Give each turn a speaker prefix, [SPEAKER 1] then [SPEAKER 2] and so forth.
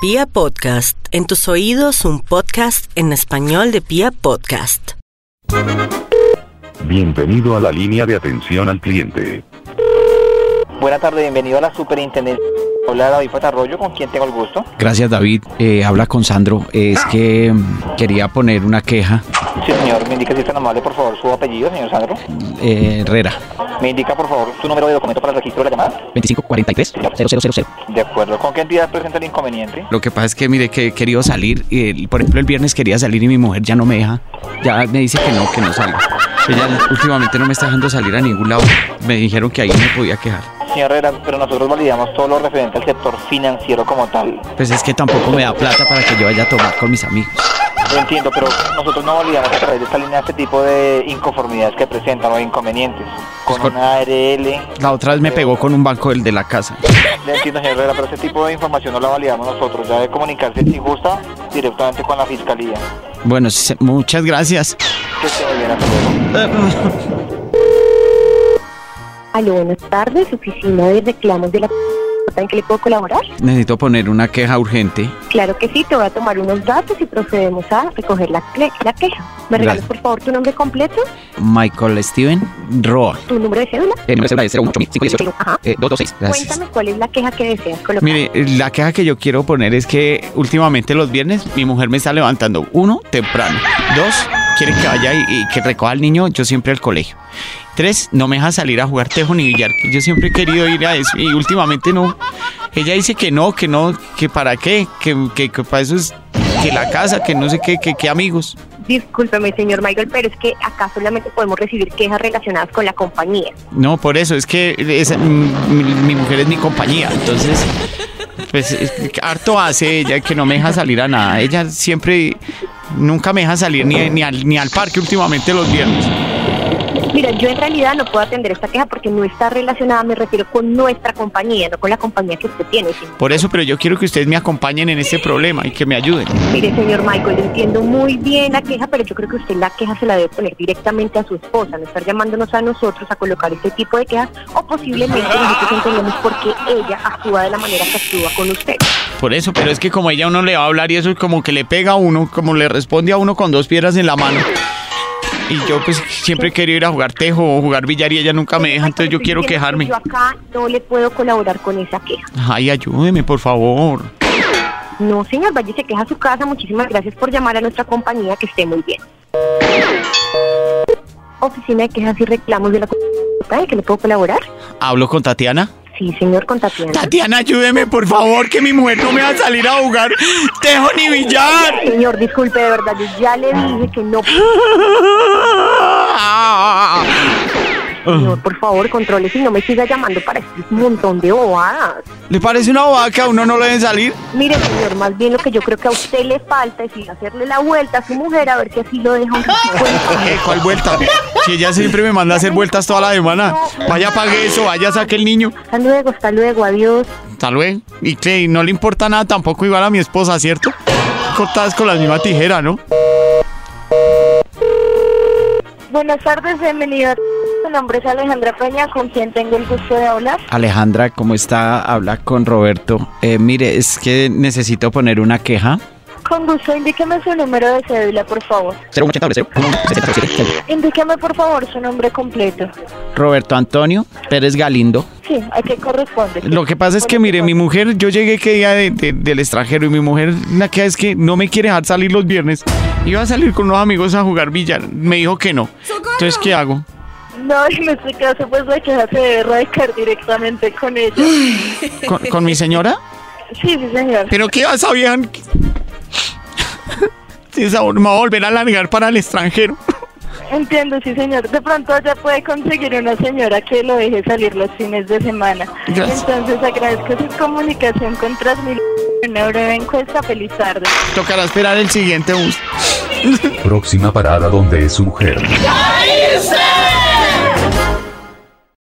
[SPEAKER 1] Pia Podcast, en tus oídos un podcast en español de Pia Podcast.
[SPEAKER 2] Bienvenido a la línea de atención al cliente.
[SPEAKER 3] Buenas tardes, bienvenido a la superintendencia. Hola David Patarroyo, ¿con quién tengo el gusto?
[SPEAKER 4] Gracias David, Eh, habla con Sandro. Es que mm, quería poner una queja.
[SPEAKER 3] Sí, señor, me indica si es tan amable, por favor, su apellido, señor Sandro.
[SPEAKER 4] Eh, Herrera,
[SPEAKER 3] Me indica, por favor, su número de documento para el registro de la llamada.
[SPEAKER 4] 2543-0000.
[SPEAKER 3] De acuerdo, ¿con qué entidad presenta el inconveniente?
[SPEAKER 4] Lo que pasa es que, mire, que he querido salir. y, por ejemplo, el viernes quería salir y mi mujer ya no me deja. Ya me dice que no, que no salgo. Ella últimamente no me está dejando salir a ningún lado. Me dijeron que ahí me podía quejar.
[SPEAKER 3] Señor Herrera, pero nosotros validamos todo lo referente al sector financiero como tal.
[SPEAKER 4] Pues es que tampoco me da plata para que yo vaya a tomar con mis amigos.
[SPEAKER 3] Lo entiendo, pero nosotros no validamos a través de esta línea este tipo de inconformidades que presentan o inconvenientes. Con
[SPEAKER 4] Pues con-
[SPEAKER 3] una ARL.
[SPEAKER 4] La otra vez me pegó con un banco del de la casa.
[SPEAKER 3] Le entiendo, señor Herrera, pero ese tipo de información no la validamos nosotros. Ya debe comunicarse, si gusta, directamente con la fiscalía.
[SPEAKER 4] Bueno, se- muchas gracias.
[SPEAKER 3] Que esté muy bien, hasta luego.
[SPEAKER 5] Aló, buenas tardes, oficina de reclamos de la en que le puedo colaborar.
[SPEAKER 4] Necesito poner una queja urgente.
[SPEAKER 5] Claro que sí, te voy a tomar unos datos y procedemos a recoger la, cle- la queja. ¿Me
[SPEAKER 4] Gracias.
[SPEAKER 5] regalas por favor tu nombre completo,
[SPEAKER 4] Michael Steven Roa.
[SPEAKER 5] tu número de cédula?
[SPEAKER 4] El número de celular Eh, es 018.518.
[SPEAKER 5] Ajá.
[SPEAKER 4] Eh, 226. Gracias.
[SPEAKER 5] Cuéntame cuál es la queja que deseas colocar.
[SPEAKER 4] Mire, la queja que yo quiero poner es que últimamente los viernes mi mujer me está levantando, uno, temprano, dos, quiere que vaya y, y que recoja al niño, yo siempre al colegio, tres, no me deja salir a jugar tejo ni billar, que yo siempre he querido ir a eso y últimamente no. Ella dice que no, que no, que para qué, que, que- que para eso es que la casa, que no sé qué, que, que amigos.
[SPEAKER 5] Discúlpeme, señor Michael, pero es que acá solamente podemos recibir quejas relacionadas con la compañía.
[SPEAKER 4] No, por eso, es que esa- mm, mi, mi mujer es mi compañía, entonces, pues es que harto hace ella que no me deja salir a nada. Ella siempre, nunca me deja salir ni, ni, al, ni al parque últimamente los viernes.
[SPEAKER 5] Mira, yo en realidad no puedo atender esta queja porque no está relacionada, me refiero con nuestra compañía, no con la compañía que usted tiene, señor.
[SPEAKER 4] Por eso, pero yo quiero que ustedes me acompañen en este problema y que me ayuden.
[SPEAKER 5] Mire, señor Michael, yo entiendo muy bien la queja, pero yo creo que usted la queja se la debe poner directamente a su esposa, no estar llamándonos a nosotros a colocar este tipo de quejas o posiblemente nosotros entendemos por qué ella actúa de la manera que actúa con usted.
[SPEAKER 4] Por eso, pero es que como ella uno le va a hablar y eso es como que le pega a uno, como le responde a uno con dos piedras en la mano. Y yo pues siempre he querido ir a jugar tejo o jugar billar y ella nunca me deja, entonces yo quiero quejarme.
[SPEAKER 5] Yo acá no le puedo colaborar con esa queja.
[SPEAKER 4] Ay, ayúdeme, por favor.
[SPEAKER 5] No, señor, vaya y se queja a su casa. Muchísimas gracias por llamar a nuestra compañía, que esté muy bien. Oficina de quejas y reclamos de la compañía, ¿que le puedo colaborar?
[SPEAKER 4] ¿Hablo con Tatiana?
[SPEAKER 5] Sí, señor, con Tatiana.
[SPEAKER 4] Tatiana, ayúdeme, por favor, que mi mujer no me va a salir a jugar tejo ni billar.
[SPEAKER 5] Señor, disculpe, de verdad, yo ya le dije que no,
[SPEAKER 4] Ah.
[SPEAKER 5] señor, por favor, controle si no me siga llamando para este montón de bobadas.
[SPEAKER 4] ¿Le parece una bobada que a uno no le deben salir?
[SPEAKER 5] Mire, señor, más bien lo que yo creo que a usted le falta es ir a hacerle la vuelta a su mujer a ver si así lo deja un ratico en paz.
[SPEAKER 4] ¿Qué? ¿Cuál vuelta? Si ella siempre me manda a hacer vueltas toda la semana. Vaya, pague eso, vaya, saque el niño.
[SPEAKER 5] Hasta luego, hasta luego, adiós.
[SPEAKER 4] Hasta luego. Y que no le importa nada tampoco igual a mi esposa, ¿cierto? Cortadas con la misma tijera, ¿no?
[SPEAKER 6] Buenas tardes, bienvenido. Mi nombre es Alejandra Peña, con quien tengo el gusto de hablar.
[SPEAKER 4] Alejandra, ¿cómo está? Habla con Roberto. Eh, mire, es que necesito poner una queja.
[SPEAKER 6] Con gusto, indíqueme su número de cédula, por favor.
[SPEAKER 4] 080
[SPEAKER 6] Indíqueme, por favor, su nombre completo.
[SPEAKER 4] Roberto Antonio Pérez Galindo.
[SPEAKER 6] Sí, ¿a qué corresponde?
[SPEAKER 4] Lo que pasa es que, mire, mi mujer, yo llegué que día de- de- del extranjero y mi mujer, la que es que no me quiere dejar salir los viernes. Iba a salir con unos amigos a jugar billar. Me dijo que no. Entonces, ¿qué hago?
[SPEAKER 6] No, en este caso, pues la queja se debe radicar directamente con ella.
[SPEAKER 4] ¿Con, con mi señora?
[SPEAKER 6] Sí, sí, señor.
[SPEAKER 4] ¿Pero qué vas a viajar? Si esa me va a volver a largar para el extranjero.
[SPEAKER 6] Entiendo, sí, señor. De pronto allá puede conseguir una señora que lo deje salir los fines de semana.
[SPEAKER 4] Gracias.
[SPEAKER 6] Entonces, agradezco su comunicación con Transmilenio. Una breve encuesta. Feliz tarde.
[SPEAKER 4] Tocará esperar el siguiente bus.
[SPEAKER 2] Próxima parada donde es su mujer.